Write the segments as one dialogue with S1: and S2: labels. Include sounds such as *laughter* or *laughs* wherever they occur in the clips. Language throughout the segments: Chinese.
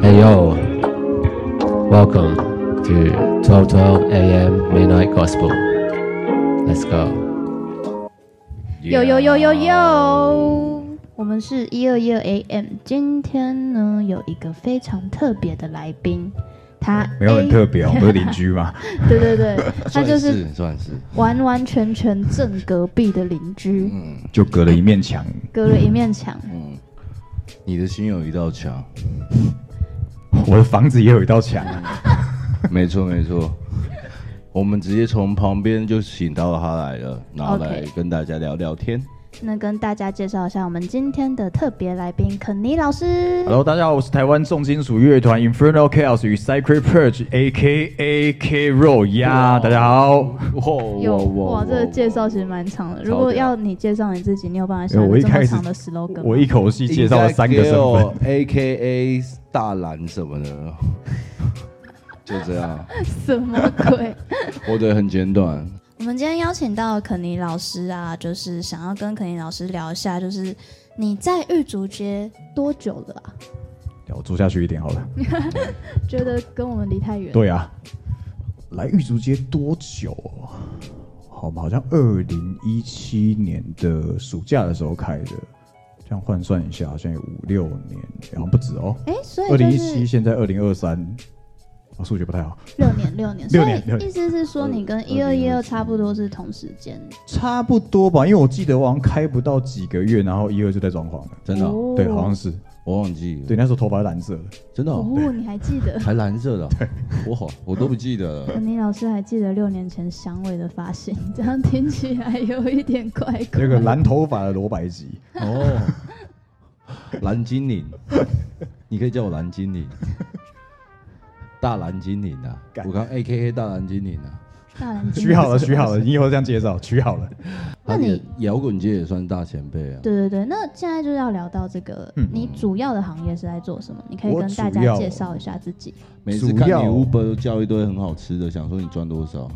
S1: Hey yo, welcome to 1212 a.m. Midnight Gospel. Let's go.
S2: 有有有有有，我们是一二一二 AM，今天呢有一个非常特别的来宾，他
S3: 没有很特
S2: 哎
S3: 别、哦，我们不是邻
S2: *laughs*
S3: 居嘛。
S2: 对对对，他就
S4: 算
S2: 是
S4: 是算是，
S2: 完完全全正隔壁的邻居，
S4: 嗯
S3: 就隔了一面墙。
S2: 隔了一面墙，
S4: 嗯，你的心有一道墙， *laughs*
S3: 我的房子也有一道墙、啊，
S4: 没错没错，我们直接从旁边就请到他来了，然后
S2: OK
S4: 来跟大家聊聊天。
S2: 那跟大家介绍一下我们今天的特别来宾肯尼老师。
S3: *laughs* Hello，大家好，我是台湾重金属乐团 Infernal Chaos 与 Sacred Purge，A.K.A. K. Roll 呀，大家好。
S2: 有
S4: 哇
S2: 哇，这个介绍其实蛮长的。如果要你介绍你自己，你有办法
S3: 呃
S2: 想
S3: 我一
S2: 这么
S3: 开始
S2: 长的 slogan 吗
S3: 我一口气介绍了三个身份，
S4: ，A K A 大蓝什么的，就这样，
S2: 什么鬼？
S4: 我的很简短。
S2: 我们今天邀请到肯尼老师啊，就是想要跟肯尼老师聊一下，就是你在玉竹街多久了啊？
S3: 我哦坐下去一点好
S2: *laughs*
S3: 了。
S2: 觉得跟我们离太远。
S3: 对啊，来玉竹街多久啊？好，我们好像二零一七年的暑假的时候开的，这样换算一下，好像有五六年，然后不止哦。
S2: 哎，所
S3: 二
S2: 以
S3: 零
S2: 就
S3: 一七，
S2: 是
S3: 现在二零二三，啊，数学不太好，
S2: 六年，六年，
S3: 六年
S2: 所
S3: 六
S2: 以
S3: 年
S2: 意思是说你跟一二一二差不多是同时间，
S3: 差不多吧，因为我记得我好像开不到几个月，然后一二就在装潢了，
S4: 真的
S2: 哦
S4: 哦、
S3: 对，好像是，
S4: 我忘记了，
S3: 对，那时候头发是蓝色的，
S4: 真的哦、
S2: 哦，你还记得？
S3: *laughs*
S4: 还蓝色的哦、我好，我都不记得了。
S2: 肯尼老师还记得六年前香味的发型，这样听起来有一点怪怪。
S3: *laughs* 那个蓝头发的罗百吉，
S2: *laughs*
S4: 哦，蓝精灵，你可以叫我蓝精灵，大蓝精灵啊
S3: 干，
S4: 我刚 A K A 大蓝精灵啊，
S2: 大蓝鲸
S3: 取好了，取好了，你以后这样介绍，取好了， *laughs*
S2: 那
S4: 他也
S2: 你
S4: 摇滚界也算大前辈啊。
S2: 对对对，那现在就要聊到这个，你主要的行业是在做什么？你可以
S3: 嗯我
S2: 跟大
S3: 主
S2: 家
S3: 要
S2: 介绍一下自己。
S4: 每次
S3: 主
S4: 看你
S3: 要
S4: Uber 都叫一堆很好吃的，想说你赚多少，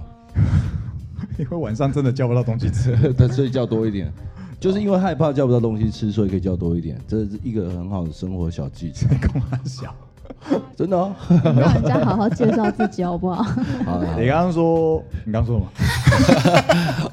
S4: *laughs*
S3: 因为晚上真的叫不到东西吃，
S4: 但所以叫多一点，就是因为害怕叫不到东西吃，所以可以叫多一点，这是一个很好的生活小技
S2: *laughs*
S4: 巧，
S3: 公安小。
S4: 真的哦。
S2: 让人家好好介绍自己好不好？ *laughs*
S4: 好 *laughs* 啦好
S3: 你
S4: 啦
S3: 刚刚说，你刚刚说什么？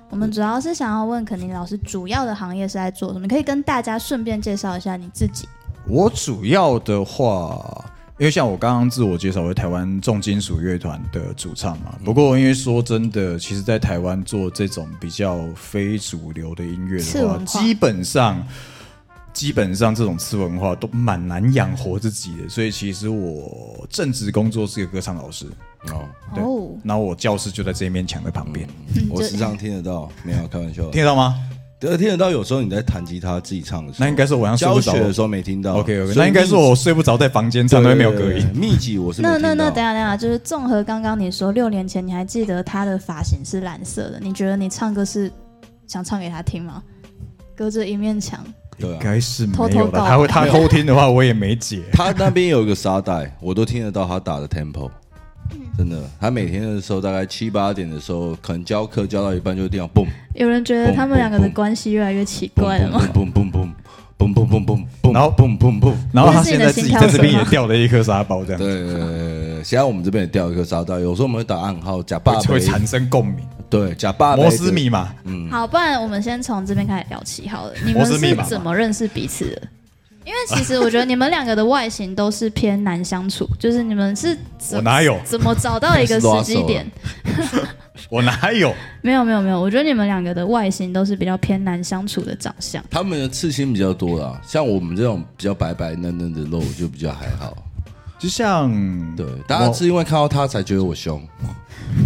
S2: 我们主要是想要问肯尼老师，主要的行业是在做什么？你可以跟大家顺便介绍一下你自己。
S3: 我主要的话，因为像我刚刚自我介绍，我是台湾重金属乐团的主唱嘛。
S4: 嗯
S3: 不过，因为说真的，其实，在台湾做这种比较非主流的音乐
S2: 次
S3: 的话，
S2: 文化
S3: 基本
S4: 嗯
S3: 上。基本上这种次文化都蛮难养活自己的，所以其实我正职工作是个歌唱老师，
S4: 哦，嗯
S3: 对
S2: 哦，
S3: 然后我教室就在这面墙的旁边，
S4: 我时常听得到，没有开玩笑的，
S3: 听得到吗？
S4: 听听得到。有时候你在弹吉他自己唱的时候，
S3: 那应该是晚上睡
S4: 教
S3: 不着
S4: 学的时候没听到。
S3: OK OK，
S4: 所以
S3: 那应该是
S4: 密集
S3: 我睡不着，在房间唱，因为没有隔音。
S4: 密集我是没
S2: 那那
S4: 听
S2: 那，
S4: 到
S2: 等一下等一下，就是综合刚刚你说六年前你还记得他的发型是蓝色的，你觉得你唱歌是想唱给他听吗？隔着一面墙，
S4: 对啊，
S3: 该是没
S2: 偷偷
S3: 有的。
S2: 告白
S3: 他会他偷听的话，我也没
S4: *laughs*
S3: 解。
S4: 他那边有一个沙袋，我都听得到他打的 tempo，真的。他每天的时候大概七八点的时候，可能教课教到一半就这样嘣
S2: 有人觉得他们两个的关系越来越奇怪了吗？
S4: 嘣嘣嘣嘣嘣嘣嘣嘣嘣，
S3: 然后
S4: 嘣嘣嘣。
S3: 然后他
S2: 这是你
S3: 现
S2: 的
S3: 在自己
S2: 心跳
S3: 在这边
S2: 声
S3: 也
S2: 吗
S3: 掉了一颗沙包，这样
S4: 对对对对对，现在我们这边也掉一个沙袋，有时候我们会打暗号，假爸
S3: 会
S4: 爸
S3: 会，产生共鸣。
S4: 对，假爸爸
S3: 摩斯密码，
S4: 嗯
S2: 好，不然我们先从这边开始聊起好
S3: *laughs*
S2: 了。你
S3: 摩
S2: 们
S3: 斯嗯密
S2: 是
S3: 码嘛
S2: 怎么认识彼此的？因为其实我觉得你们两个的外形都是偏难相处，就是你们是怎
S3: 我哪有
S2: 怎么找到一个时
S3: *laughs*
S2: 机点？
S3: 我哪有？
S2: 没有没有没有，我觉得你们两个的外形都是比较偏难相处的长
S3: *laughs*
S2: 相。
S4: 他们的刺青比较多啦，像我们这种比较白白嫩嫩的肉就比较还好。
S3: 就像
S4: 对，大家是因为看到他才觉得我凶，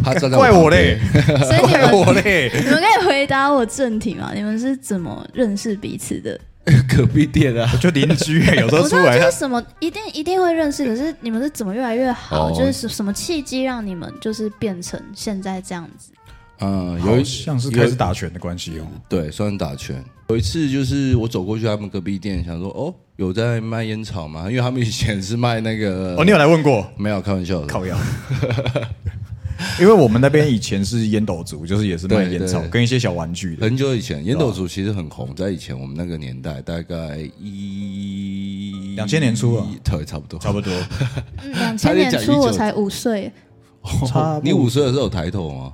S4: 他站在
S3: 怪
S4: 旁
S3: 我
S4: 边哎
S3: 嘞，
S2: 所以你
S3: 怪我
S2: 们
S3: 嘞。
S2: 你们可以回答我正题吗？你们是怎么认识彼此的？
S4: 隔壁店啊。
S3: 就邻居
S4: *laughs*
S3: 有时
S2: 我
S3: 候
S2: 知
S3: 出
S2: 道
S3: 来，
S2: 就
S3: 他
S2: 是什么一定一定会认识，可是你们是怎么越来越好？
S4: 哦
S2: 就是什什么契机让你们就是变成现在这样子？
S4: 嗯，有
S3: 好
S4: 一
S3: 像是
S4: 有
S3: 开始打拳的关系哦。
S4: 对，算打拳。有一次就是我走过去他们隔壁店，想说哦，有在卖烟草吗？因为他们以前是卖那个
S3: 哦
S4: 呃
S3: 哦，你有来问过？
S4: *laughs* 没有开玩笑的，
S3: 靠腰。因为我们那边以前是烟斗族，就是也是卖
S4: 对
S3: 烟草
S4: 对
S3: 跟一些小玩具的。
S4: 很久以前，烟斗族其实很红，在以前我们那个年代，大概一
S3: 2000年初啊，
S4: 对，差不多，
S3: 差不
S4: *laughs*
S3: 多，
S2: 嗯两
S4: 差
S2: 千
S4: 点
S2: 年
S4: 讲
S2: 初
S4: 19
S2: 我才五岁，
S3: 差不多
S4: 你五岁的时候有抬
S3: *laughs*
S4: 头吗？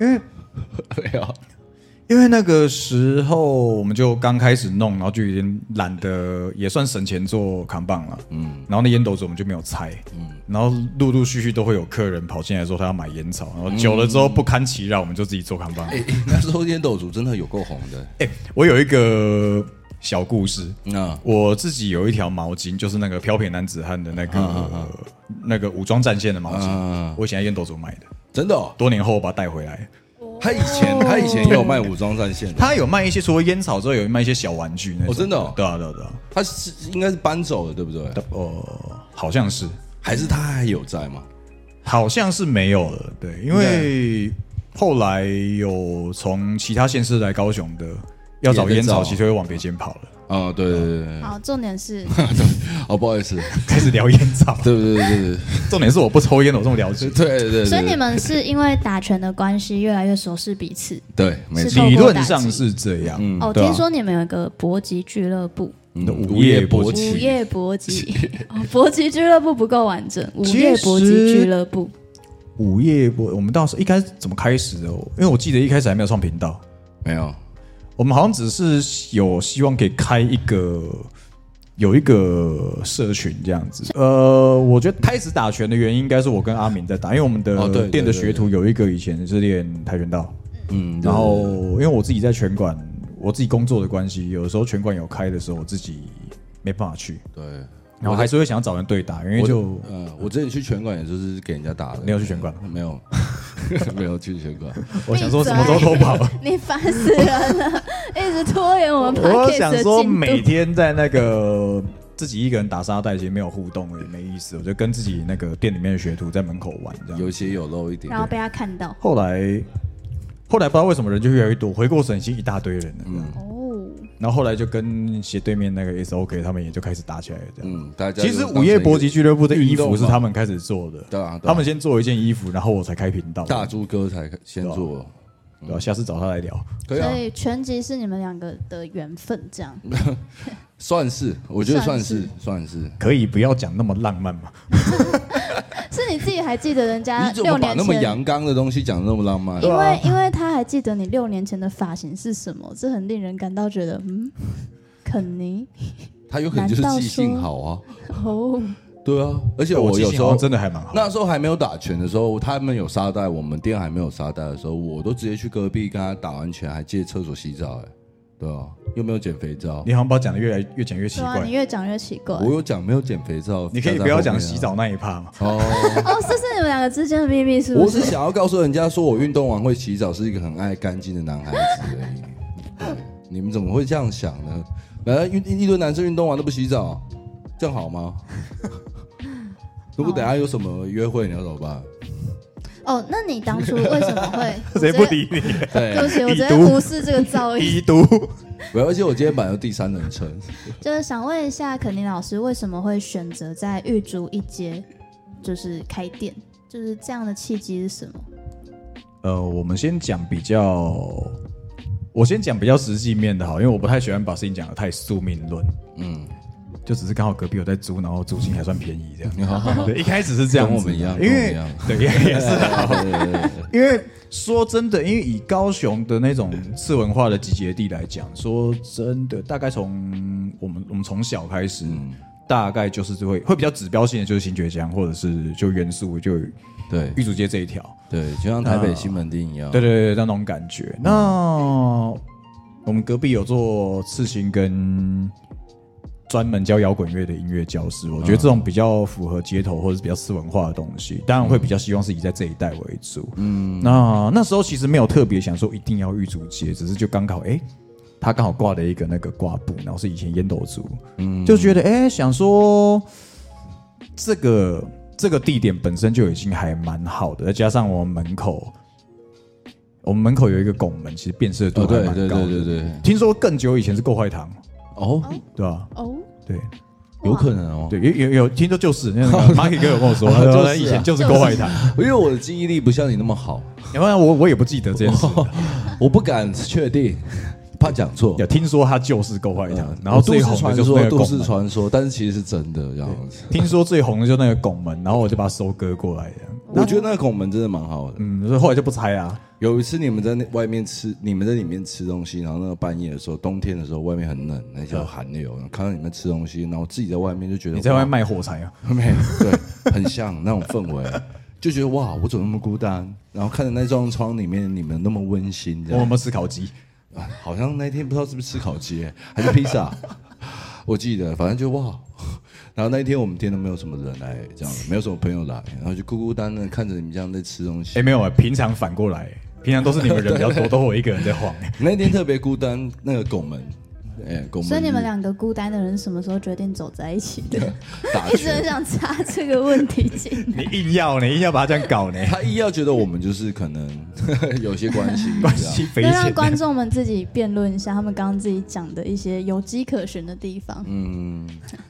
S3: 因为
S4: 没有，
S3: 因为那个时候我们就刚开始弄，然后就已经懒得也算省钱做扛棒了，嗯，然后那烟斗子我们就没有拆，嗯，然后陆陆续续都会有客人跑进来说他要买烟草，然后久了之后不堪其扰，我们就自己做扛棒。哎、
S4: 哎、那时候烟斗族真的有够红
S3: *laughs*
S4: 的。
S3: 我有一个小故事，
S4: 那
S3: 我自己有一条毛巾，就是那个飘撇男子汉的那个、
S4: 嗯
S3: 那个武装战线的毛巾，
S4: 啊
S3: 我以前在烟斗组买的，
S4: 真的、哦，
S3: 多年后我把它带回来。
S4: 他以前他以前也有卖武装战线的，
S3: 哦他有卖一些除了烟草之后，有卖一些小玩具那种。
S4: 哦真的哦
S3: 对啊，对啊，对啊。
S4: 他是应该是搬走了，对不对？
S3: 哦，好像是，
S4: 还是他还有在吗？
S3: 好像是没有了。对，因为后来有从其他县市来高雄的，要找烟草，
S4: 也在找
S3: 其实会往别间跑了， *laughs*
S4: 啊、对对对对，
S2: 好，重点是
S4: 哦，不好意思，
S3: 开始聊烟草。
S4: 对对对对
S3: 重点是我不抽烟的，我这么了解
S4: *laughs* 对。对对对，
S2: 所以你们是因为打拳的关系越来越熟识彼此。
S4: 对没
S2: 是
S4: 错，
S3: 理论上是这样，嗯，
S2: 哦，
S3: 对啊
S2: 听说你们有一个搏击俱乐部，
S4: 嗯
S3: 午夜勃
S4: 起
S2: 午夜搏击，哦搏击俱乐部不够完整，午
S3: 其
S2: 夜搏击
S3: 实
S2: 俱乐部。
S3: 午夜播，我们当时一开始怎么开始的哦？因为我记得一开始还没有创频道，
S4: 没有，
S3: 我们好像只是有希望可以开一个有一个社群这样子。呃，我觉得开始打拳的原因应该是我跟阿明在打，因为我们
S4: 哦对
S3: 的
S4: 对
S3: 店的
S4: 对
S3: 学徒有一个以前是练跆拳道，
S4: 嗯，
S3: 然后因为我自己在拳馆，我自己工作的关系，有的时候拳馆有开的时候，我自己没办法去，
S4: 对，
S3: 然后还是会想要找人对打，因为
S4: 我
S3: 就
S4: 呃，我之前去拳馆也就是给人家打的，
S3: 你有去拳馆吗？
S4: 没有， *laughs* 没有去拳馆，
S3: 我想说
S2: 闭
S3: 什
S2: 嘴
S3: 么时候偷跑。
S2: *laughs* 你烦死人了，一直拖延我们 p o
S3: 我
S2: d c a
S3: 想
S2: s
S3: 说，每天在那个自己一个人打沙袋，其实没有互动，也没意思。我就跟自己那个店里面的学徒在门口玩这样。
S4: 有血有肉一点
S2: 然，后被他看到。
S3: 后来，后来不知道为什么人就越来越多，回过神已经一大堆人了。嗯，
S2: 哦，
S3: 然后后来就跟斜对面那个 S OK 他们也就开始打起来了这样。
S4: 嗯，大家
S3: 其实
S4: 就当
S3: 午夜
S4: 成一个
S3: 搏击俱乐部的衣
S4: 运动
S3: 服
S4: 嘛
S3: 是他们开始做的，
S4: 对啊对啊
S3: 他们先做一件衣服，然后我才开频道，
S4: 大猪哥才先
S3: 哦
S4: 做，
S3: 对啊吧？下次找他来聊。
S4: 可以啊
S2: 所，以全集是你们两个的缘分，这样。
S4: 算是，我觉得
S2: 算
S4: 算是
S2: 是
S4: 算是。
S3: 可以不要讲那么浪漫嘛？
S2: 是你自己还记得人家
S4: 你怎么
S2: 啊六
S4: 把
S2: 年
S4: 那么
S2: 前？
S4: 阳刚的东西讲的那么浪
S3: 啊
S4: 漫？
S2: 因为因为他还记得你六年前的发型是什么，这很令人感到觉得
S4: *laughs*
S2: 嗯，肯尼
S4: 他有可能就是
S2: 难道
S4: 记性
S2: 说
S4: 好啊，
S2: 哦，
S4: 对啊，而且我
S3: 记
S4: 有
S3: 性
S4: 时
S3: 好
S4: 候
S3: 像真的还蛮好。
S4: 那时候还没有打拳的时候，他们有沙袋，我们店还没有沙袋的时候，我都直接去隔壁跟他打完拳，还借厕所洗澡、哎，对啊，又没有减肥皂
S3: 你，好像把我讲的越来越讲越奇
S2: 对啊，
S3: 怪
S2: 你。越讲越奇怪。
S4: 我有讲没有减肥皂，
S3: 你可以不要讲洗澡那一趴嘛？
S4: 放在后面啊。啊哦，
S2: 哦，这是你们两个之间的秘密，是不
S4: 我
S2: 是
S4: 是？想要告诉人家说，我运动完会洗澡，是一个很爱干净的男孩子而已。对你们怎么会这样想呢？难道一一堆男生运动完都不洗澡，这样好吗？如果等下有什么约会，你要怎么办？
S2: 哦，那你当初为什么
S4: *laughs*
S2: 会？我
S3: 谁
S2: 直接
S4: 啊
S3: 不？理你？
S2: 对不
S4: 对，
S2: 起，我直接
S3: *laughs* 已读
S2: 无视这个噪音。
S3: 已读。
S4: 我而且我今天买了第三人称， *laughs*
S2: 就是想问一下，肯尼老师为什么会选择在玉竹一街就是开店？就是这样的契机是什么？
S3: 呃，我们先讲比较，我先讲比较实际面的好，因为我不太喜欢把事情讲的太宿命论。
S4: 嗯，
S3: 就只是刚好隔壁有在租，然后租金还算便宜这样。
S4: 你好好好。
S3: 对，一开始是这样子的，
S4: 跟我们一样
S3: 因为
S4: 跟我们
S3: 对也也是啊，
S4: 对对对
S3: 因为说真的，因为以高雄的那种次文化的集结地来讲，说真的，大概从我们我们从小开始，大概就是会会比较指标性的就是新觉江，或者是就元素就
S4: 对
S3: 玉
S4: 对
S3: 竹街这一条，
S4: 对，就像台北西门町一样。
S3: 对对对，那种感觉。那我们隔壁有做刺青跟专门教摇滚乐的音乐教室，我觉得这种比较符合街头或者是比较次文化的东西，当然会比较希望是以在这一带为主。嗯，那那时候其实没有特别想说一定要玉竹街，只是就刚好哎。他刚好挂了一个那个挂布，然后是以前烟斗族，嗯，就觉得哎、想说这个这个地点本身就已经还蛮好的，再加上我们门口，我们门口有一个拱门，其实辨识
S4: 哦
S3: 度还
S4: 对
S3: 蛮
S4: 对
S3: 高的。
S4: 对对对。
S3: 听说更久以前是够坏堂，
S4: 哦，
S3: 对吧、
S2: 哦，
S3: 对，
S4: 有可能哦。
S3: 对，有有有听说就是那个 Marky 哥有跟我
S4: *laughs*
S3: 说，他说
S4: 就是啊
S3: 他以前就是郭
S4: *laughs*
S3: 外台，
S4: 因为我的记忆力不像你那么好，
S3: 要不然我我也不记得这件事。
S4: 哦我不敢确定，怕讲错。
S3: 有听说他就是够坏糖，然
S4: 嗯我
S3: 后
S4: 都
S3: 最
S4: 市
S3: 红的
S4: 传
S3: 就是那
S4: 说，
S3: 个
S4: 都
S3: 拱
S4: 市
S3: 门。
S4: 传说，但是其实是真的这样子。
S3: 听说最红的就是那个拱门，然后我就把它收割过来的。
S4: 我觉得那个拱门真的蛮好的。
S3: 嗯，所以后来就不拆啊。
S4: 有一次你们在那外面吃，你们在里面吃东西，然后那个半夜的时候，冬天的时候，外面很冷，那叫寒流，然后看到你们吃东西，然后我自己在外面就觉得
S3: 你在外面
S4: 哇
S3: 卖火柴啊？
S4: 没有对，很像那种氛围，就觉得哇，我怎么那么孤单？然后看着那幢窗里面你们那么温馨，这
S3: 我有
S4: 样
S3: 没有吃烤鸡？
S4: 啊好像那天不知道是不是吃烤鸡还是披萨，我记得，反正就哇。然后那一天我们店都没有什么人来，这样没有什么朋友来，然后就孤孤单单地看着你们这样在吃东西
S3: 哎，。没有啊，平常反过来，平常都是你们人比较多，都我一个人在 *laughs* 晃。
S4: 那天特别孤单，那个拱门，哎、拱门，
S2: 所以你们两个孤单的人什么时候决定走在一起的？
S3: *laughs* 啊
S4: 打
S2: 一直很
S4: 拳，
S2: 想插这个问题进
S3: 你硬要呢，硬要把它这样 *laughs* 搞呢，
S4: 他硬要觉得我们就是可能 *laughs* 有些关系，
S3: 关
S4: 这样
S3: 系匪
S2: 来，那让
S3: 浅。
S2: 观众们自己辩论一下他们刚刚自己讲的一些有迹可循的地方。 *laughs*
S4: 嗯，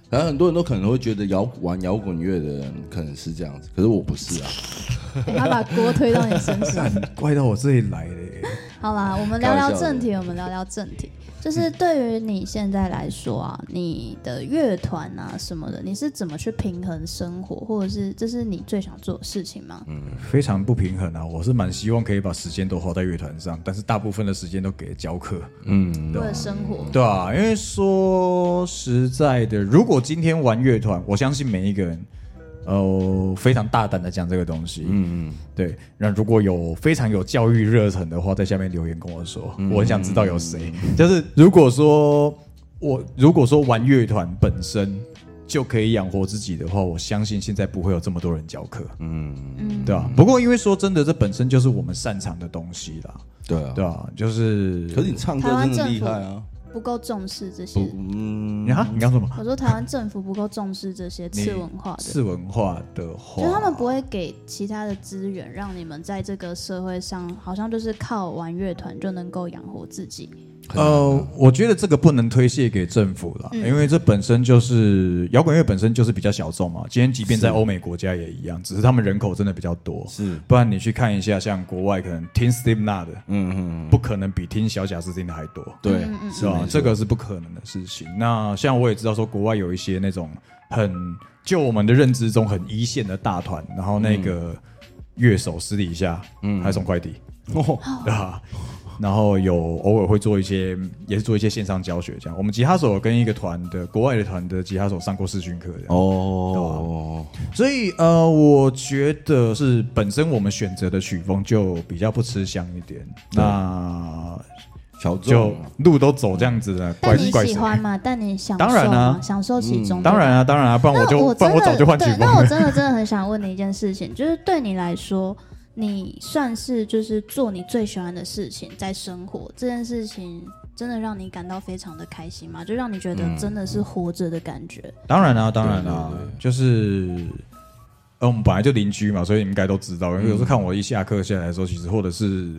S4: 然后很多人都可能会觉得摇玩摇滚乐的人可能是这样子，可是我不是啊。
S2: 欸他把锅推到你身
S4: *laughs*
S2: 上。
S3: 怪到我这里来了。
S2: 好啦，我们聊聊正题，我们聊聊正题，就是对于你现在来说啊，你的乐团啊什么的，你是怎么去平衡生活，或者是这是你最想做的事情吗？
S4: 嗯
S3: 非常不平衡啊！我是蛮希望可以把时间都花在乐团上，但是大部分的时间都给教课。
S4: 嗯，
S2: 为了生活，
S3: 对啊，因为说实在的，如果今天玩乐团，我相信每一个人，呃，非常大胆的讲这个东西。嗯嗯，对。那如果有非常有教育热忱的话，在下面留言跟我说，
S4: 嗯
S3: 我很想知道有谁。就是如果说我如果说玩乐团本身就可以养活自己的话，我相信现在不会有这么多人教课。嗯嗯，对啊。不过因为说真的，这本身就是我们擅长的东西啦。
S4: 对啊。
S3: 对啊，就是
S4: 可是你唱歌真的厉害啊！
S2: 不够重视这些
S4: 不。，嗯，
S3: 啊，你刚说什么？
S2: 我说台湾政府不够重视这些次文化的，
S3: 次文化的话，
S2: 就他们不会给其他的资源，让你们在这个社会上，好像就是靠玩乐团就能够养活自己。
S3: 呃，我觉得这个不能推卸给政府啦，因为这本身就是摇滚乐本身就是比较小众嘛。今天即便在欧美国家也一样，只是他们人口真的比较多。
S4: 是，
S3: 不然你去看一下，像国外可能听 Steve n a 的，
S4: 嗯嗯，
S3: 不可能比听小贾斯汀的还多。
S4: 对，
S3: 是吧？这个是不可能的事情。那像我也知道说，国外有一些那种很就我们的认知中很一线的大团，然后那
S4: 嗯
S3: 个乐手私底下嗯还送快递，
S4: 哦
S3: 对吧？然后有偶尔会做一些，也是做一些线上教学这样。我们吉他手有跟一个团的国外的团的吉他手上过视讯课这样。
S4: 哦，
S3: 所以呃，我觉得是本身我们选择的曲风就比较不吃香一点。那
S4: 小
S3: 就
S4: 众啊，
S3: 路都走这样子了，怪
S2: 但你
S3: 怪
S2: 喜
S3: 谁？
S2: 欢
S3: *laughs*
S2: 吗？但你享受
S3: 当然
S2: 吗
S3: 啊？
S2: 享受其中。
S3: 当然
S2: 对吧
S3: 啊，当然啊，不然
S2: 那
S3: 我就，不
S2: 真
S3: 然
S2: 的
S3: 我早就换曲
S2: 对
S3: 风
S2: 那我
S3: 了。
S2: 真的真的很想问你一件事情，就是对你来说，你算是就是做你最喜欢的事情，在生活这件事情，真的让你感到非常的开心吗？就让你觉
S3: 嗯
S2: 得真的是活着的感觉？
S3: 当然啊，当然啊
S4: 对对，
S3: 就是，呃，我们本来就邻居嘛，所以你们应该都知道。因为
S4: 嗯
S3: 有时候看我一下课下来的时候，其实或者是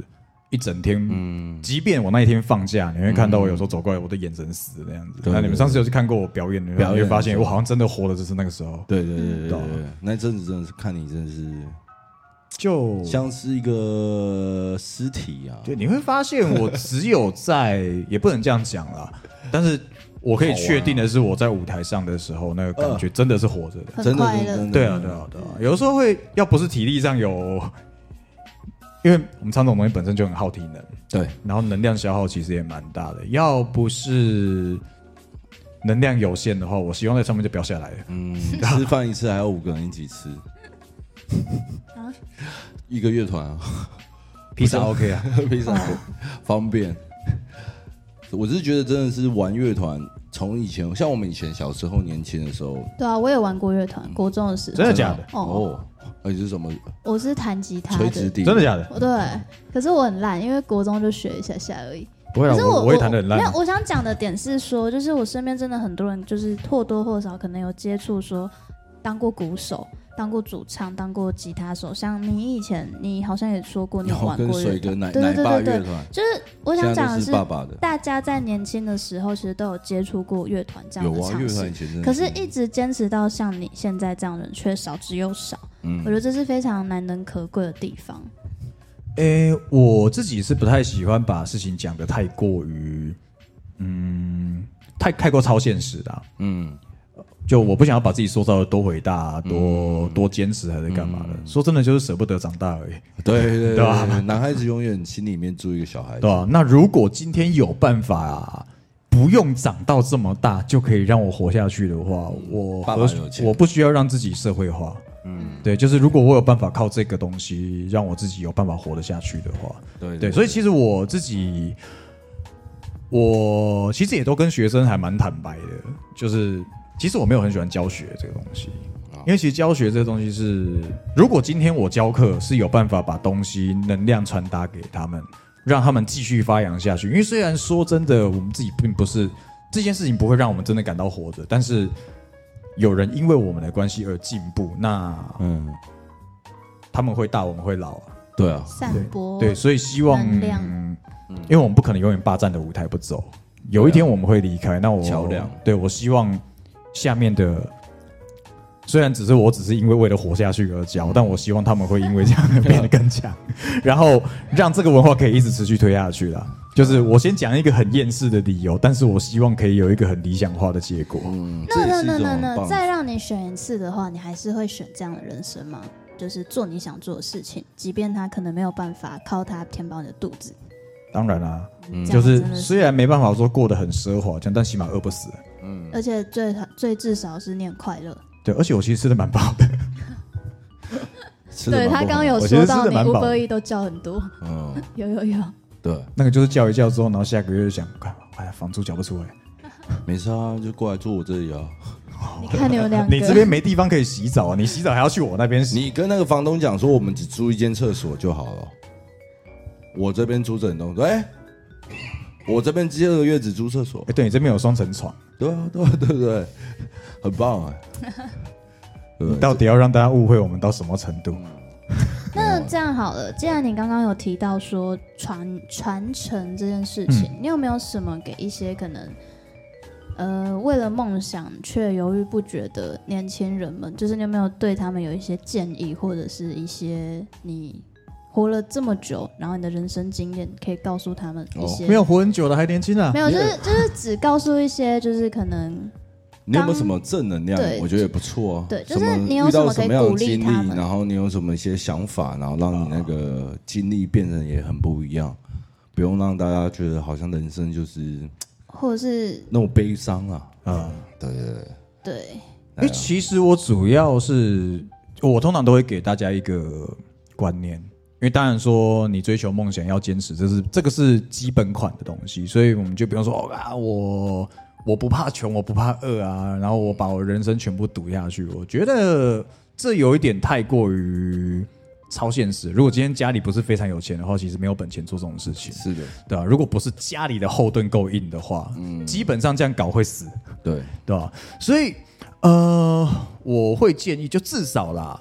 S3: 一整天，
S4: 嗯，
S3: 即便我那一天放假，你会看到我有时候走过来，我的眼神死的那样子。
S4: 对
S3: 那你们上次有去看过我表演的，
S4: 表演
S3: 你会发现
S4: 的时候
S3: 我好像真的活的就是那个时候，啊
S4: 对对对对
S3: 懂
S4: 对，那阵子真的是看你真的是
S3: 就
S4: 像是一个尸体啊，
S3: 对，你会发现我只有在，也不能这样讲啦，但是我可以
S4: 啊
S3: 确定的是，我在舞台上的时候，那个
S4: 嗯
S3: 感觉真的是活着的。
S2: 很
S4: 真的
S2: 快
S4: 是
S2: 乐
S4: 真的，
S3: 对啊，对啊，对啊，有的时候会要不是体力上有， *laughs* 因为我们唱这种东西本身就很耗体能，
S4: 对，
S3: 然后能量消耗其实也蛮大的。要不是能量有限的话，我希望在上面就不要下来了。
S4: 嗯，吃饭一次还要五个人一起吃，一个乐团啊。 *laughs*
S3: 披萨 OK 啊，
S4: 非常方便。我是觉得真的是玩乐团，从以前像我们以前小时候年轻的时候，
S2: 对啊，我也玩过乐团，国中的时候
S3: 真的假的？
S2: 哦
S4: 哦，而且是什么
S2: 我是弹吉他
S4: 垂直
S2: 的。
S4: 笛，
S3: 真的假的？
S2: 哦对，可是我很烂，因为国中就学一下下而已。
S3: *laughs* 不会啊，
S2: 可是
S3: 我
S2: 我
S3: 也弹的很烂
S2: 没。有，我想讲的点是说，就是我身边真的很多人，就是或多或少可能有接触说当过鼓手，当过主唱，当过吉他手，像你以前你好像也说过你
S4: 然后
S2: 玩
S4: 跟
S2: 过乐
S4: 水
S2: 团，
S4: 哥奶
S2: 对
S4: 奶
S2: 对
S4: 爸
S2: 对
S4: 乐
S2: 对对，
S4: 团，
S2: 就是我
S4: 现
S2: 想
S4: 在
S2: 讲
S4: 都
S2: 的
S4: 是
S2: 是，
S4: 爸爸的，
S2: 大家在年轻的时候其实都有接触过乐团这样
S4: 有
S2: 的
S4: 啊，
S2: 尝
S4: 乐
S2: 试
S4: 团以，嗯前真的
S2: 可是，一直坚持到像你现在这样的人却少之又少，
S4: 嗯
S2: 我觉得这是非常难能可贵的地方。
S3: 诶、我自己是不太喜欢把事情讲得太过于，嗯，太太过超现实的啊、
S4: 嗯，
S3: 就我不想要把自己塑造的多伟大啊、多、多坚持还是干嘛的。说真的，就是舍不得长大而已，
S4: 对对对
S3: *laughs* 对啊吧
S4: 对男孩子永远心里面住一个小孩
S3: 对
S4: 子，
S3: 吧、那如果今天有办法、啊。不用长到这么大就可以让我活下去的话，我
S4: 爸爸
S3: 何
S4: 有钱
S3: 我不需要让自己社会化。嗯，对，就是如果我有办法靠这个东西让我自己有办法活得下去的话，
S4: 对
S3: 对，所以其实我自己，我其实也都跟学生还蛮坦白的，就是其实我没有很喜欢教学这个东西，
S4: 哦
S3: 因为其实教学这个东西是，如果今天我教课是有办法把东西能量传达给他们，让他们继续发扬下去。因为虽然说真的，我们自己并不是这件事情不会让我们真的感到活着，但是有人因为我们的关系而进步，那
S4: 嗯，
S3: 他们会大，我们会老啊。
S4: 对啊，
S2: 散播
S3: 对，所以希望，
S2: 能量
S3: 嗯因为我们不可能永远霸占的舞台不走，有一天我们会离开。那我
S4: 桥梁
S3: 对我希望下面的，虽然只是我只是因为为了活下去而
S4: 嗯
S3: 教，但我希望他们会因为这样变得更
S4: *laughs*
S3: 强，然后让这个文化可以一直持续推下去啦。就是我先讲一个很厌世的理由，但是我希望可以有一个很理想化的结果。
S4: 嗯，这
S2: no
S4: 也
S2: no
S4: 是
S2: no
S4: 一种
S2: no
S4: 很棒
S2: no，
S4: 的
S2: 再让你选一次的话，你还是会选这样的人生吗？就是做你想做的事情，即便他可能没有办法靠它填饱你的肚子，
S3: 当然啦、
S4: 嗯
S2: 这
S3: 就
S2: 样
S3: 是
S2: 真的
S3: 虽然没办法说过得很奢华，这样但起码饿不死。
S4: 嗯，
S2: 而且最最至少是念快乐。
S3: 对，而且我其实吃的蛮饱的。
S4: 吃得
S2: 对
S4: 蛮
S2: 他
S4: 不
S2: 刚
S4: 好
S2: 刚有
S3: 我觉
S2: 说
S3: 得吃
S2: 到
S3: 得
S2: 你
S3: 蛮
S2: 五
S3: 饱
S2: 百
S3: 的哦
S2: 亿都叫很多，
S4: 嗯，
S2: 有有有，
S4: 对，
S3: 那个就是叫一叫之后，然后下个月就想，快哎呀，房租缴不出来，
S4: 没事啊，就过来住我这里啊。
S2: 你看你们两
S3: 你这
S2: 个，
S3: 边没地方可以洗澡啊，你洗澡还要去我那边洗。
S4: 你跟那个房东讲说，我们只租一间厕所就好了。我这边租整栋，哎、我这边这个月只租厕所
S3: 哎，，对你这边有双层床，
S4: 对啊，对啊， *laughs* 对对对，很棒哎、对
S3: 你到底要让大家误会我们到什么程度？
S2: 那这样好
S4: 哦
S2: 了，既然你刚刚有提到说传传承这件事情，
S4: 嗯
S2: 你有没有什么给一些可能，呃，为了梦想却犹豫不决的年轻人们，就是你有没有对他们有一些建议，或者是一些你活了这么久，然后你的人生经验可以告诉他们一些？
S4: 哦
S3: 没有活很久的还年轻啊
S2: 没，有，就是就是只告诉一些，就是可能
S4: 你有没有什么正能量？
S2: 对
S4: 我觉得也不错啊。
S2: 对就是
S4: 什
S2: 你有
S4: 遇
S2: 什
S4: 到
S2: 么可
S4: 什
S2: 以
S4: 么样的
S2: 鼓励
S4: 经
S2: 他
S4: 历，
S2: 们
S4: 然后你有什么一些想法，然后让你那个经历变成也很不一样，不用让大家觉得好像人生就是
S2: 或者是
S4: 那种悲伤啊。
S3: 啊，
S4: 对对对，
S2: 对，
S3: 因为哎其实我主要是，我通常都会给大家一个观念，因为当然说你追求梦想要坚持，这是这个是基本款的东西，所以我们就不用说哦啊，我我不怕穷，我不怕饿啊，然后我把我人生全部赌下去，我觉得这有一点太过于超现实。如果今天家里不是非常有钱的话，其实没有本钱做这种事情，
S4: 是的，
S3: 对吧、啊如果不是家里的后盾够硬的话，基本上这样搞会死。
S4: 对，
S3: 对吧？所以呃，我会建议，就至少啦，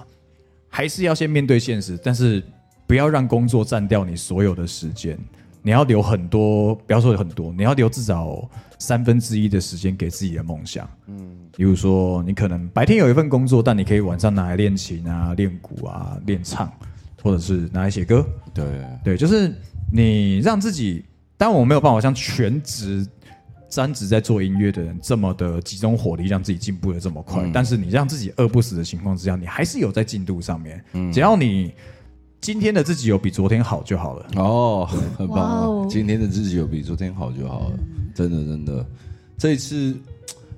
S3: 还是要先面对现实，但是不要让工作占掉你所有的时间。你要留很多，不要说很多，你要留至少三分之一的时间给自己的梦想。嗯，比如说，你可能白天有一份工作，但你可以晚上拿来练琴啊、练鼓啊、练唱，或者是拿来写歌。
S4: 对，
S3: 对，就是你让自己，当然我没有办法像全职、专职在做音乐的人这么的集中火力，让自己进步的这么快。
S4: 嗯
S3: 但是你让自己饿不死的情况之下，你还是有在进度上面。
S4: 嗯
S3: 只要你今天的自己有比昨天好就好了。
S4: 哦，很棒、
S2: 哇
S4: 啊
S2: 哦！
S4: 今天的自己有比昨天好就好了，真的真的。这一次，因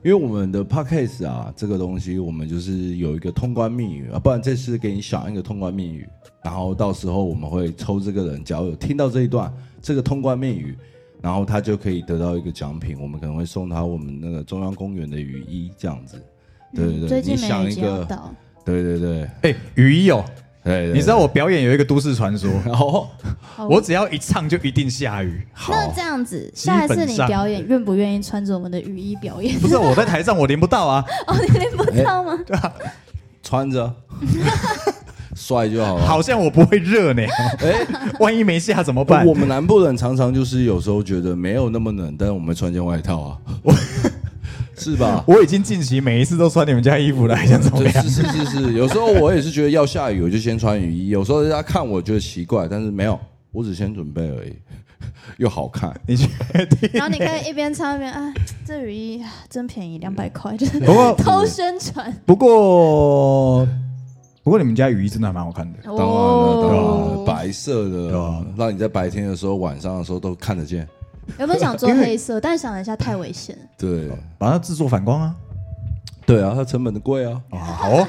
S4: 为我们的 podcast 啊，这个东西我们就是有一个通关密语啊，不然这次给你想一个通关密语，然后到时候我们会抽这个人，只要有听到这一段这个通关密语，然后他就可以得到一个奖品，我们可能会送他我们那个中央公园的雨衣这样子。对对
S2: 嗯
S4: 对，
S2: 最近
S4: 你
S2: 梅
S4: 想
S2: 雨
S4: 一
S2: 季要
S4: 个，
S2: 到，
S4: 对对对
S3: 哎、雨衣哦，
S4: 对，哦
S3: 你知道我表演有一个都市传说，
S4: 然后
S2: 好
S3: *laughs* 我只要一唱就一定下雨。
S2: 那
S4: 好
S2: 这样子，
S3: 基
S2: 下一次
S3: 本
S2: 你
S3: 上
S2: 表演愿不愿意穿着我们的雨衣表演？ *laughs*
S3: 不是我在台上我淋不到啊，
S4: 哎
S2: 哦，你你不知道吗？ *laughs*
S4: 穿着帅就好了。
S3: 好像我不会热呢， *laughs* 哎，万一没下怎么办
S4: 我？们南部人常常就是有时候觉得没有那么冷，但是我们穿件外套啊，是吧？
S3: 我已经近期每一次都穿你们家衣服了，还想怎么
S4: 对，
S3: 样？
S4: 是是是是，有时候我也是觉得要下雨，我就先穿雨衣。有时候人家看我觉得奇怪，但是没有，我只先准备而已， *laughs* 又好看。
S3: 你确定？
S2: 然后你可以一边擦一边，哎，这雨衣啊真便宜，两百块，就是
S3: 不
S2: *laughs*
S4: 嗯
S3: 过
S2: 偷宣传。
S3: 不过不过你们家雨衣真的还蛮好看的，
S2: 当
S4: 当然
S2: 哦
S4: 了，当然了，白色的，
S3: 对啊
S4: 让你在白天的时候、晚上的时候都看得见。
S2: 原本想做黑色，但想了一下太危险了。
S4: 对，
S3: 把它制作反光啊。
S4: 对啊，它成本的贵啊。
S3: 啊，好 *laughs* 哦，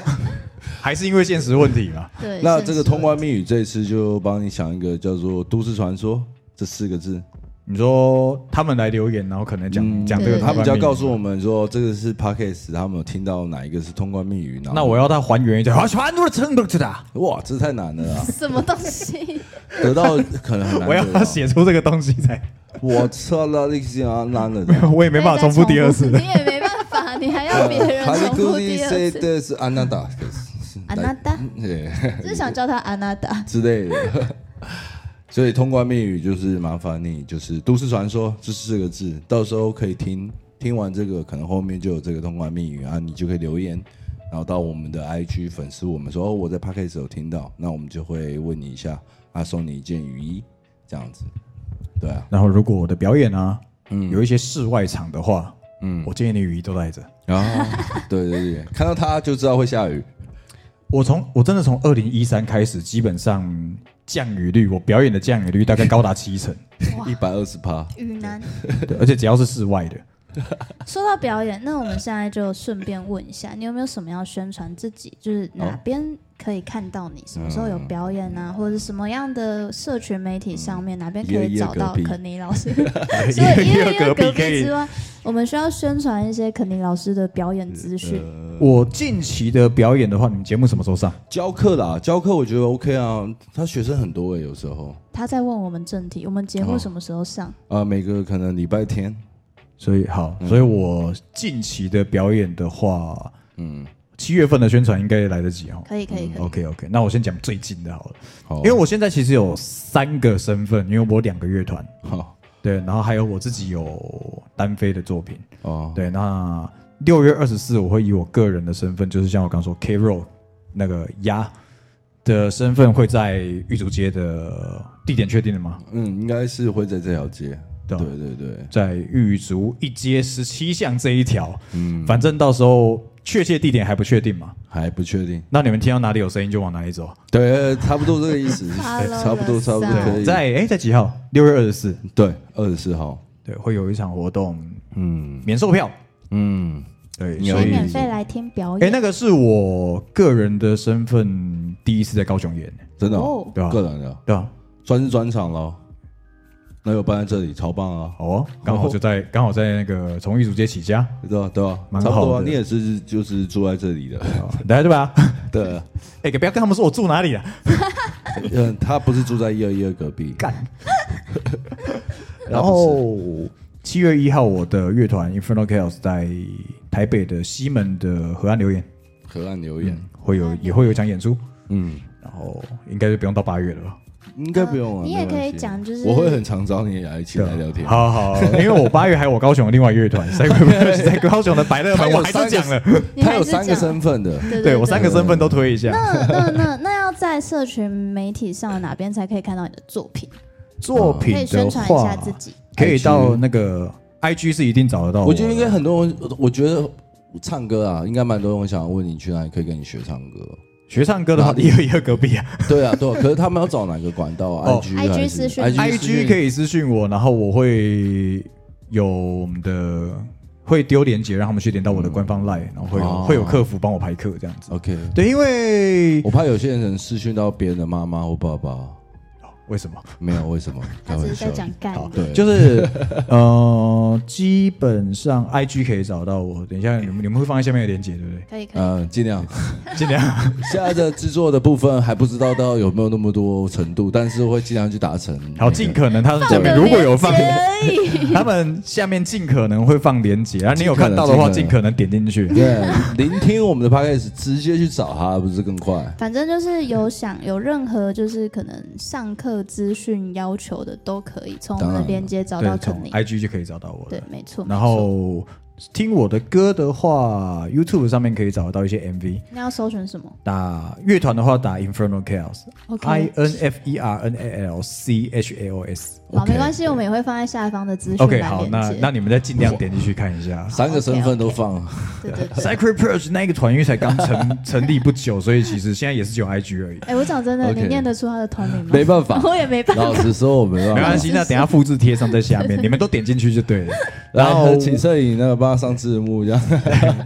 S3: 还是因为现实问题嘛。
S2: 对，
S4: 那这个通
S2: 关
S4: 关密语这次就帮你想一个叫做“都市传说”这四个字。
S3: 你说他们来留言，然后可能讲讲这个
S2: 对
S3: 通
S4: 他
S3: 关密语，
S4: 们就要告诉我们说，这个是 podcast，他们有听到哪一个是通关密语？然后
S3: 那我要他还原一下，啊，全都是真的，真的啊。
S4: 哇，这太难了啊！
S2: 什么东西？
S4: 得到可能很难。
S3: 我要他，写出这个东西 *laughs* 才，
S4: 我操了，那个啊，
S2: *laughs*
S4: 难了的。
S3: 我也没办法啊重复第二次
S2: 你。也没办法，你还要别
S4: *laughs*
S2: 人重复第二次。
S4: 的是安娜达，
S2: 安娜达，
S4: 对
S2: 就是想叫他安娜达。
S4: 之类的。 *laughs* 所以通关密语就是麻烦你，就是都市传说这四个字，到时候可以听听完这个，可能后面就有这个通关密语啊，你就可以留言，然后到我们的 IG 粉丝我们说哦我在 p a c k a g e 有听到，那我们就会问你一下，啊送你一件雨衣这样子，对啊，
S3: 然后如果我的表演啊，有一些室外场的话，嗯，我建议你雨衣都带着。
S4: 然后啊对对对，看到它就知道会下雨，
S3: 我从我真的从二零一三开始，基本上降雨率，我表演的降雨率大概高达七成，
S4: 一百二十趴，
S2: 雨男，
S3: 对而且只要是室外的，
S2: 说到表演，那我们现在就顺便问一下，你有没有什么要宣传自己？就是
S3: 哦
S2: 哪边可以看到你？什么时候有
S3: 嗯
S2: 表演啊？或者是什么样的社群媒体上
S3: 嗯
S2: 面哪边可以找到
S4: 一二一二隔壁
S2: 肯尼老
S3: *laughs*
S2: 师？除了一二一二隔
S3: 可
S2: 壁
S3: 以
S2: 之外，我们需要宣传一些肯尼老师的表演资讯。
S3: 我近期的表演的话，你们节目什么时候上？
S4: 教课啦，教课我觉得 OK 啊，他学生很多诶、欸有时候
S2: 他在问我们正题，我们节
S3: 哦
S2: 目什么时候上？
S4: 啊，每个可能礼拜天，
S3: 所以好，所以我近期的表演的话，
S4: 嗯，
S3: 七月份的宣传应该来得及哈。
S2: 可以，可以，可以。
S3: OK OK，那我先讲最近嗯的好啊了，
S4: 好，
S3: 因为我现在其实有三个身份，因为我有两个乐团，
S4: 好
S3: 对，然后还有我自己有单飞的作品，
S4: 哦，
S3: 对。那六月二十四，我会以我个人的身份，就是像我刚说 K Roll 那个鸭的身份，会在玉竹街的地点确定了吗？
S4: 嗯，应该是会在这条街，
S3: 对啊
S4: 对对对，
S3: 在玉竹一街十七巷这一条，嗯，反正到时候确切地点还不确定嘛。
S4: 还不确定，
S3: 那你们听到哪里有声音就往哪里走。
S4: 对，差不多这个意
S2: *laughs*
S4: 思，哎
S2: Hello，
S4: 差不多差不多
S2: 老三
S4: 可以，
S3: 在哎、在几号？六月二十四，
S4: 对二十四号，
S3: 对，会有一场活动，
S4: 嗯
S3: 免售票。
S4: 嗯，
S3: 对，
S4: 有
S2: 所
S3: 所
S2: 以
S3: 以
S2: 免费来听表
S3: 哎、
S2: 演。
S3: 那个是我个人的身份第一次在高雄演，
S4: 真的哦
S2: 哦，
S3: 对啊
S4: 个人的
S3: 对吧？
S4: 算是专场咯。那有办在这里，超棒啊！
S3: 好哦，刚好就在刚好在那个从玉竹街起家，
S4: 对吧？对吧？
S3: 蛮
S4: 差不多
S3: 好
S4: 啊，
S3: 的
S4: 你也是就是住在这里的，
S3: *laughs* 大家对吧？
S4: 对啊。
S3: 哎、不要跟他们说我住哪里啊了，
S4: 嗯，他不是住在一二一二隔壁，
S3: 干。然后七月一号，我的乐团 Infernal Chaos 在台北的西门的河岸留言
S4: 河岸留言，
S3: 会有也会有一场演出，
S4: 嗯，
S3: 然后应该就不用到八月了吧。
S4: 应该不用啊。
S2: 嗯你也
S4: 没关系
S2: 可以讲就是
S4: 我会很常找你来一起来聊天。
S3: 啊好好，好因为我八月还有我高雄的另外一个乐 *laughs* 团，在在高雄的百乐
S4: 他
S3: 门，
S4: 有
S3: 我还
S4: 三
S3: 是
S4: 个
S3: 讲了，
S2: 你
S4: 他
S2: 还
S4: 有
S2: 是
S4: 三个
S2: 讲
S4: 身份的，
S2: 对
S3: 对我三个身份都推一下。
S2: 那那那那要在社群媒体上哪边才可以看到你的作品？
S3: 作品
S2: 可以
S3: 的
S2: 宣传一
S3: 话
S2: 下，自己。
S3: 可以到那个 IG 是一定找得
S2: 哦
S3: 到
S4: 我觉得应该
S3: 的
S4: 很多人，我觉得唱歌啊，应该蛮多人会想要问你去哪里可以跟你学唱歌。
S2: *laughs*
S3: 学唱歌的话，也有一个隔壁啊
S4: 对啊，对啊，可是他们要找哪个管道啊
S3: 哦
S4: ？IG 还
S2: IG
S4: 是
S2: 私讯
S3: ，IG 可
S4: 以。
S3: 以私信我，然后我会有我们的会丢链接让他们去连到我的官方 Line，然后会有
S4: 哦
S3: 会有客服帮我排课这样子。
S4: OK，
S3: 对，因为呃
S4: 我怕有些人私讯到别人的妈妈或爸爸。
S3: 为什么？
S4: 没有为什么？
S2: 他只是在讲干
S3: 好，
S2: 的，
S4: 对
S3: 就是呃，基本上 IG 可以找到我。等一下，你们你们会放在下面的链接，对不对？
S2: 可以可以。
S4: 嗯，尽量。 *laughs*
S3: 尽量。 *laughs*
S4: 现在的制作的部分还不知道到有没有那么多程度，但是会尽量去达成。
S3: 好，尽可能他们下面
S2: 放个
S3: 如果有 *laughs* 放，
S2: 链接而已
S3: 他们下面尽可能会放链接，啊然后你有看到的话，
S4: 尽
S3: 尽
S4: 可
S3: 可能点进去。
S4: 对，聆听我们的 podcast，直接去找他，不是更快？
S2: 反正就是有想有任何就是可能上课资讯要求的都可以从我们
S4: 当
S2: 的
S4: 然
S2: 链接找到
S3: 对，
S2: 肯
S3: 从
S2: 尼。
S3: IG 就可以找到我
S2: 对
S3: 了。，
S2: 没错。
S3: 然
S2: 没错
S3: 后听我的歌的话，YouTube 上面可以找得到一些 MV。
S2: 那要搜寻什么
S3: 打乐团的话，打 Infernal Chaos，I
S2: ？OK，
S3: N F E R N A L C H A O S。
S2: 好，
S4: OK，
S2: 没关系，我们也会放在下方的资讯
S3: OK，
S2: 栏
S3: 好，那
S2: 链
S3: 那
S2: 接。
S3: 你们再尽量点进去看一下。
S4: 三
S2: 哦
S4: 个身份都放，
S2: 对
S3: *laughs*
S2: 对对。
S3: Sacred Purge 那个团，因为才刚成 *laughs* 成立不久，所以其实现在也是只有
S2: *laughs*
S3: IG 而已。
S2: 哎，我讲真的，
S4: OK
S2: 你念得出他的团名吗？。
S4: *laughs* 没办
S2: *laughs*
S4: 法
S2: 我也没办
S4: 老
S2: 法。
S4: 实说，我没办
S3: 没
S4: 法
S3: 关。系，那等一下复制贴上在下面，你们都点进去就对
S2: *laughs*
S3: 了。然
S4: 然
S3: 后
S4: 后，请摄影那个帮他上字幕，这样。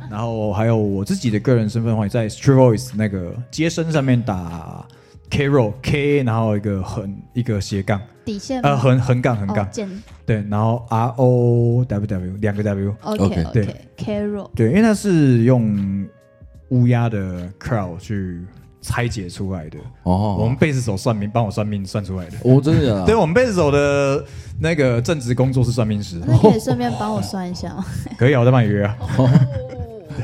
S3: 然后还有我自己的个人身份的话，在 Street Voice 那个接生上面打 K r o K，然后一个横一个斜杠，
S2: 底线
S3: 呃
S2: 吗
S3: 横横杠横
S2: 哦
S3: 杠，，
S2: 简
S3: 对，然后 R O W W 两个 W，
S2: OK
S4: OK，
S2: OK Carol
S3: 对，因为它是用乌鸦的 crow 去拆解出来的，我
S4: 哦
S3: 们，贝斯手算命帮我算命算出来的。
S4: 我真的
S3: 对，
S4: 啊，
S3: 我们贝斯手的那个正职工作是算命师，
S2: 那可以顺便帮我算一下吗？
S3: 可以啊，我再帮你约啊。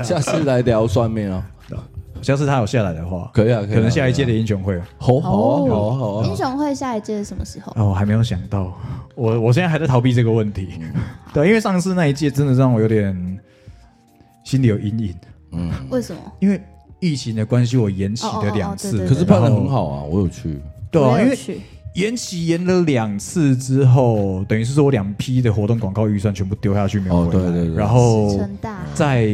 S4: 下次来聊算命啊，
S3: 下次他有下来的话，
S4: 可以啊，可以啊。
S3: 可能下一届的
S4: 可以
S3: 英雄会。
S4: 啊好好啊，
S2: 哦
S4: 好啊，好
S2: 英
S4: 啊。
S2: 雄会下一届是什么时候？
S3: 哦，我还没有想到，我我现在还在逃避这个问题。
S2: 嗯
S3: 对，因为上次那一届真的让我有点心里有阴影，
S4: 嗯，
S2: 为什么？
S3: 因为疫情的关系，我延期
S2: 哦哦
S3: 了
S2: 哦
S3: 两
S2: 对
S3: 次。
S2: 对
S4: 可是办
S3: 办
S4: 的很，好啊，我有去。
S3: 对
S2: 我
S3: 啊，
S2: 有
S3: 因为
S2: 去
S3: 延期延了两次之后，等于是说我两批的活动广告预算全部丢下去没有
S4: 哦
S3: 回来，
S4: 对对对
S3: 然后
S2: 石城大
S3: 在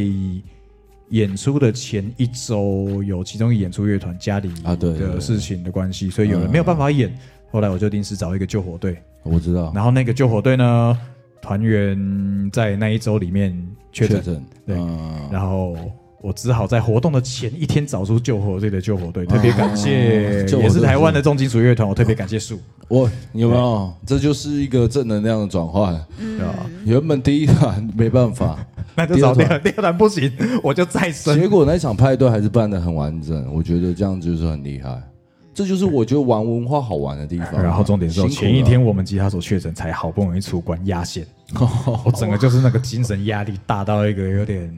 S3: 演出的前一周，有其中一个演出乐团家里
S4: 啊对对对嗯
S3: 的事情的关系，所以有人没有办法演。后来我就临时找一个救火队，
S4: 我知道
S3: 然后那个救火队呢，团员在那一周里面确诊，
S4: 诊，
S3: 对
S4: 嗯
S3: 然后。我只好在活动的前一天找出救火队的救火队，特别感谢，
S4: 哦救火队
S3: 也是台湾的重金属乐团，我特别感谢
S4: *laughs*
S3: 树。
S4: 我你有没有？这就是一个正能量的转换。
S2: 嗯
S3: 啊
S4: 原本第一团没办
S3: *laughs*
S4: 法，
S3: 那就找第二第二团不行， *laughs* 我就再生
S4: 结。果那一场派对还是办得很完整，我觉得这样就是很厉害。这就是我觉得玩文化好玩的地方。
S3: 然后重点是我
S4: 辛苦了
S3: 前一天我们吉他手确诊，才好不容易出关压
S4: *laughs*
S3: 线，我整个就是那个精神压力大到一个有点，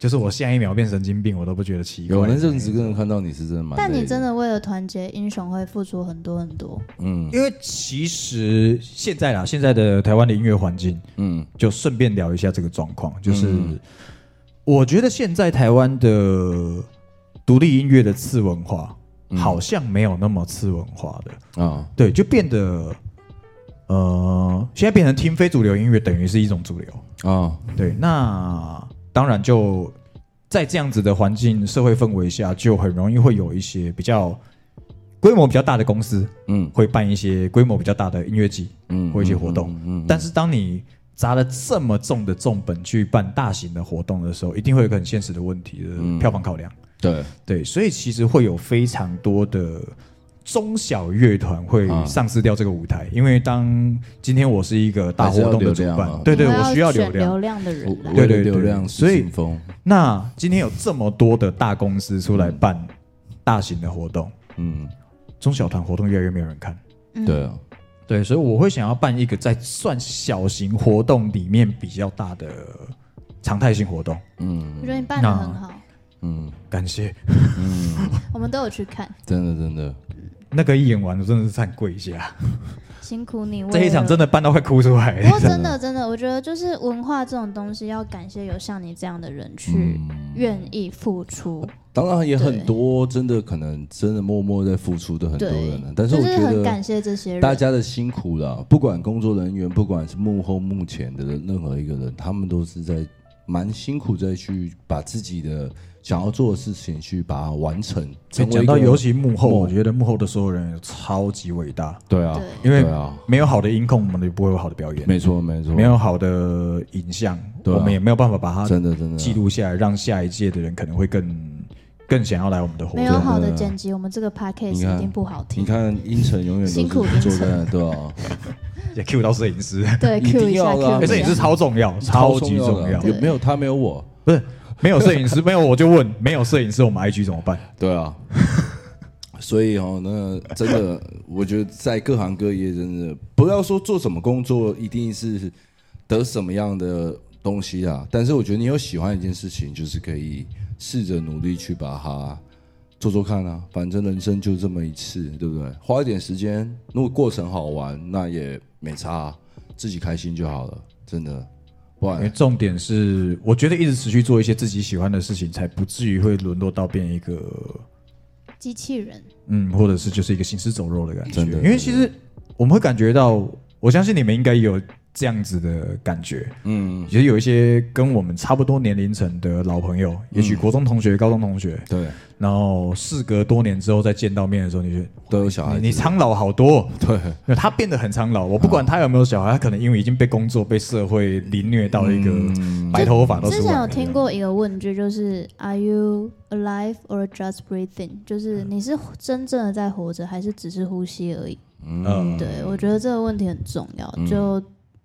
S3: 就是我下一秒变神经病，我都不觉得奇
S4: 嗯有
S3: 怪
S4: 那。阵子真的看到你是真的蛮累，
S2: 但你真的为了团结英雄会付出很多很多，
S4: 嗯
S3: 因为其实现在啦，现在的台湾的音乐环境，
S4: 嗯
S3: 就顺便聊一下这个状况，就是、我觉得现在台湾的独立音乐的次文化，
S4: 嗯
S3: 好像没有那么次文化的，
S4: 啊
S3: 对，就变得呃，现在变成听非主流音乐，等于是一种主流。
S4: 啊
S3: 对，那当然就在这样子的环境、社会氛围下，就很容易会有一些比较规模比较大的公司
S4: 嗯
S3: 会办一些规模比较大的音乐季
S4: 嗯
S3: 或一些活动。
S4: 嗯
S3: 但是当你砸了这么重的重本去办大型的活动的时候，一定会有一个很现实的问题
S4: 嗯
S3: 就是票房考量。
S4: 对
S3: 对，所以其实会有非常多的中小乐团会丧失掉这个舞
S4: 啊
S3: 台，因为当今天我是一个大活动的主
S4: 还是要流
S3: 办
S4: 量啊，
S3: 对对，
S2: 我
S3: 我需要流
S2: 选
S3: 量
S2: 流。量的人来
S4: 为
S3: 对
S4: 了
S3: 对
S4: 流
S3: 对
S4: 量
S3: 所以
S4: 是信封
S3: 那今天有这么多的大公司出来办大型的活动，
S4: 嗯
S3: 中小团活动越来越没有人看。
S4: 对啊
S3: 对，所以我会想要办一个在算小型活动里面比较大的常态性活动。
S4: 嗯
S2: 我觉得你办的很好，
S4: 嗯
S3: 感谢
S2: 我们都有去看，
S4: 真的真的
S3: 那个一演完，我真的是惨跪一下，
S2: 辛苦你。
S3: 这一场真
S2: 的，
S3: 的办到快哭出
S2: 不
S3: *laughs* 来。
S2: 过真
S4: 哎
S2: 的真的，我觉得就是文化这种东西，要感谢有像你这样的人去
S4: 嗯
S2: 愿意付出，
S4: 当然也很
S2: 对
S4: 多真的可能真的默默在付出的很多人
S2: 对
S4: 了，，但是
S2: 就
S4: 我
S2: 是
S4: 觉
S2: 很
S4: 得
S2: 感谢这些人。
S4: 大家的辛苦啦，不管工作人员，不管是幕后幕前的任何一个人，他们都是在蛮辛苦在去把自己的想要做的事情去把它完成，成为
S3: 讲
S4: 一
S3: 到
S4: 个
S3: 尤其幕后，
S4: 梦
S3: 我觉得幕后的所有人超级伟大，
S4: 对啊，
S2: 对
S3: 因为
S4: 对啊，
S3: 没有好的音控，我们就不会有好的表演；
S4: 没错没错，
S3: 没有好的影像，
S4: 对啊
S3: 我们也没有办法把它
S4: 真的真的
S3: 记录下来，让下一届的人可能会更更想要来我们的活
S2: 没
S3: 动。
S2: 有好的剪辑，我们这个 podcast
S4: 你看
S2: 一定不好听
S4: 你。看阴沉永远
S2: 辛苦
S4: 都
S2: 阴
S4: 是
S2: 沉
S4: 坐在那，对吧？
S3: 也 Q 到摄影师，
S2: 对
S4: *laughs* 一定
S2: ，Q 一下
S4: 要的啊
S2: ，Q
S3: *laughs* 哎，摄
S2: 一
S3: 影师
S2: 下。
S3: 超重要，超级
S4: 超
S3: 重
S4: 的
S3: 要。
S4: 有没有他没有我，
S3: 不是 *laughs* 没有摄影师，没有我就问，没有摄影师，我们 IG 怎么办？
S2: *laughs*
S4: 对啊。所以哦，那真的，我觉得在各行各业，真的不要说做什么工作一定是得什么样的东西啊。但是我觉得你有喜欢一件事情，就是可以试着努力去把它做做看啊。反正人生就这么一次，对不对？花一点时间，如果过程好玩，那也没差啊、自己开心就好了。真的，不
S3: 因为
S4: 然
S3: 重点是，我觉得一直持续做一些自己喜欢的事情，才不至于会沦落到变一个
S2: 机器人，
S3: 嗯，或者是就是一个行尸走肉的感觉。
S4: 真的
S3: 因为其实我们会感觉到，我相信你们应该也有这样子的感觉。
S4: 嗯，
S3: 其实有一些跟我们差不多年龄层的老朋友，也许国中同学、高中同学，
S4: 对，
S3: 然后事隔多年之后再见到面的时候，你觉得
S4: 都有小孩子
S3: 你你苍老好多哦。
S4: 对。
S3: 因为他变得很苍老，我不管他有没有小孩，他可能因为已经被工作、被社会凌虐到一个
S4: 嗯
S3: 白头发都
S2: 之
S3: 出
S2: 前
S3: 来
S2: 有
S3: 了。
S2: 听过一个问句，就是 Are you alive or just breathing？就是你是真正的在活着，还是只是呼吸而已？
S3: 嗯，
S2: 对，我觉得这个问题很重要。就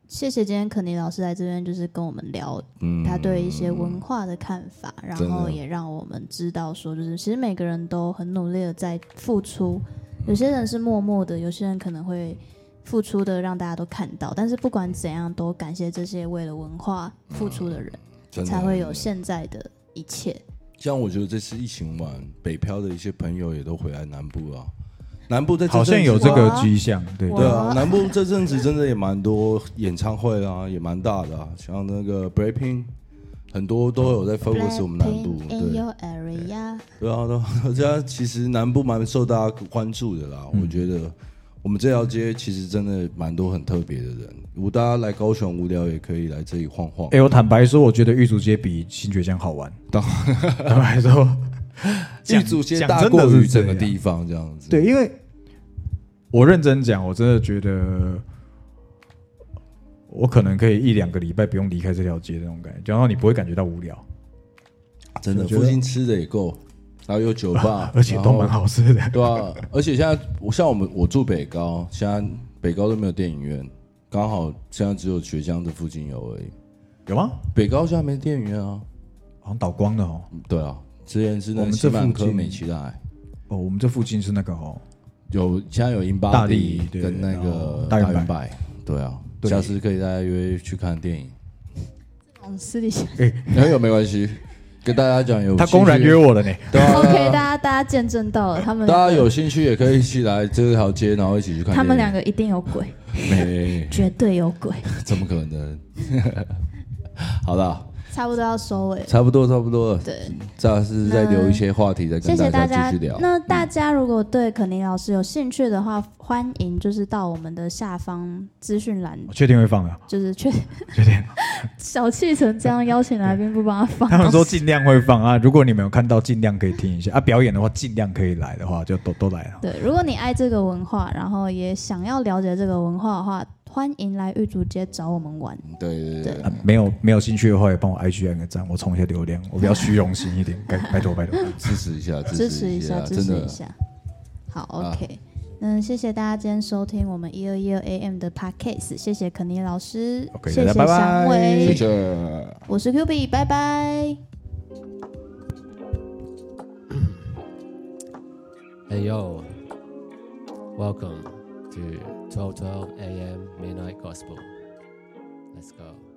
S2: 谢谢今天肯尼老师来这边，就是跟我们聊
S4: 嗯
S2: 他对一些文化的看法，然
S4: 真的
S2: 后也让我们知道说，就是其实每个人都很努力的在付出，有些人是默默的，有些人可能会。付出的让大家都看到，但是不管怎样，都感谢这些为了文化付出的人，
S4: 嗯真的
S2: 才会有现在的一切。
S4: 像我觉得这次疫情完，北漂的一些朋友也都回来南部啊。南部在这
S3: 好像
S4: 阵子
S3: 有这个
S2: 哇
S3: 迹象，对
S4: 对
S3: 对。
S4: 啊
S2: 哇，
S4: 南部这阵子真的也蛮多演唱会啦，也蛮大的、啊，像那个 Breaking，很多都有在 focus 我们南
S2: Blackpink
S4: 部，
S2: 哎
S4: 对
S2: in your area，
S4: 对啊，对啊，这样其实南部蛮受大家关注的啦。我觉得我们这条街其实真的蛮多很特别的人，如果大家来高雄无聊也可以来这里晃晃。
S3: 哎、我坦白说，我觉得玉竹街比新觉江好玩。
S4: 当
S3: 坦白说，
S4: *laughs* 玉竹街
S3: 讲
S4: 大
S3: 真的
S4: 过
S3: 是
S4: 于
S3: 这
S4: 整个
S3: 样
S4: 地方这样子，
S3: 对，因为我认真讲，我真的觉得我可能可以一两个礼拜不用离开这条街的那种感觉，然后你不会感觉到无聊，
S4: 真的
S3: 我觉得，
S4: 附近吃的也够，然后有酒吧
S3: *laughs* 而且都蛮
S4: 然后
S3: 好吃的。
S4: 对啊，而且现在我像我们我住北高，现在北高都没有电影院，刚好现在只有学江这附近有而已。
S3: 有吗？
S4: 北高现在没电影院啊，
S3: 好像倒光了哦。
S4: 对啊，之前是那
S3: 我
S4: 个
S3: 们
S4: 西
S3: 这
S4: 满
S3: 附
S4: 科
S3: 近
S4: 美琪大，
S3: 哦，我们这附近是那个哦，
S4: 有现在有英巴
S3: 大
S4: 迪
S3: 力对
S4: 跟那
S3: 然后
S4: 个
S3: 大圆
S4: 圆
S3: 柏
S4: 柏，对啊，
S3: 对
S4: 下次可以大家约去看电影， *laughs*
S2: 我们嗯私底下
S4: 没有没关系，跟大家讲有
S3: 他公然
S4: 兴趣
S3: 约我了呢。
S4: 对啊
S2: *laughs* OK，大家大家见证到了，他们
S4: 大家有兴趣也可以一起来这条街，然后一起去看电影。
S2: 嗯他们两个一定有鬼，
S4: 没，
S2: 绝对有 *laughs* 鬼。
S4: 怎么可能？ *laughs* 好了。
S2: 差不多要收尾了，
S4: 差不多，差不多了。
S2: 对，
S4: 下次再留一些话题，再
S2: 谢
S4: 跟
S2: 谢大
S4: 家
S2: 家
S4: 继续聊。。
S2: 那大家如果对肯尼老师有兴趣的话，欢迎就是到我们的下方资讯栏，
S3: 我确定会放啊的。
S2: 就是去 *laughs* 小气成这样邀请来宾不帮他
S3: *laughs*
S2: 放，
S3: 他们说尽量会放啊，如果你们有看到，尽量可以听一下啊。表演的话，尽量可以来的话，就都都来了。
S2: 对，如果你爱这个文化，然后也想要了解这个文化的话，欢迎来玉竹街找我们玩。
S4: 嗯对对对，
S3: 啊，没有没有兴趣的话，也帮我 IG 按个赞，我冲一下流量，我比较虚荣心一点，拜拜托拜托。
S4: 支持一下，
S2: 支
S4: 持
S2: 持一下，支
S4: 真
S2: 持
S4: 的
S2: 一。下。好，OK，、嗯，谢谢大家今天收听我们一二一二 AM 的 Podcast，谢谢肯尼老师
S3: OK，
S2: 谢
S3: 大
S2: 谢
S3: 家拜拜
S2: 祥
S4: 谢
S2: 伟，
S4: 谢。
S2: 我是 Q B，拜拜。
S1: Hey yo, welcome to 1212 AM Midnight Gospel. Let's go.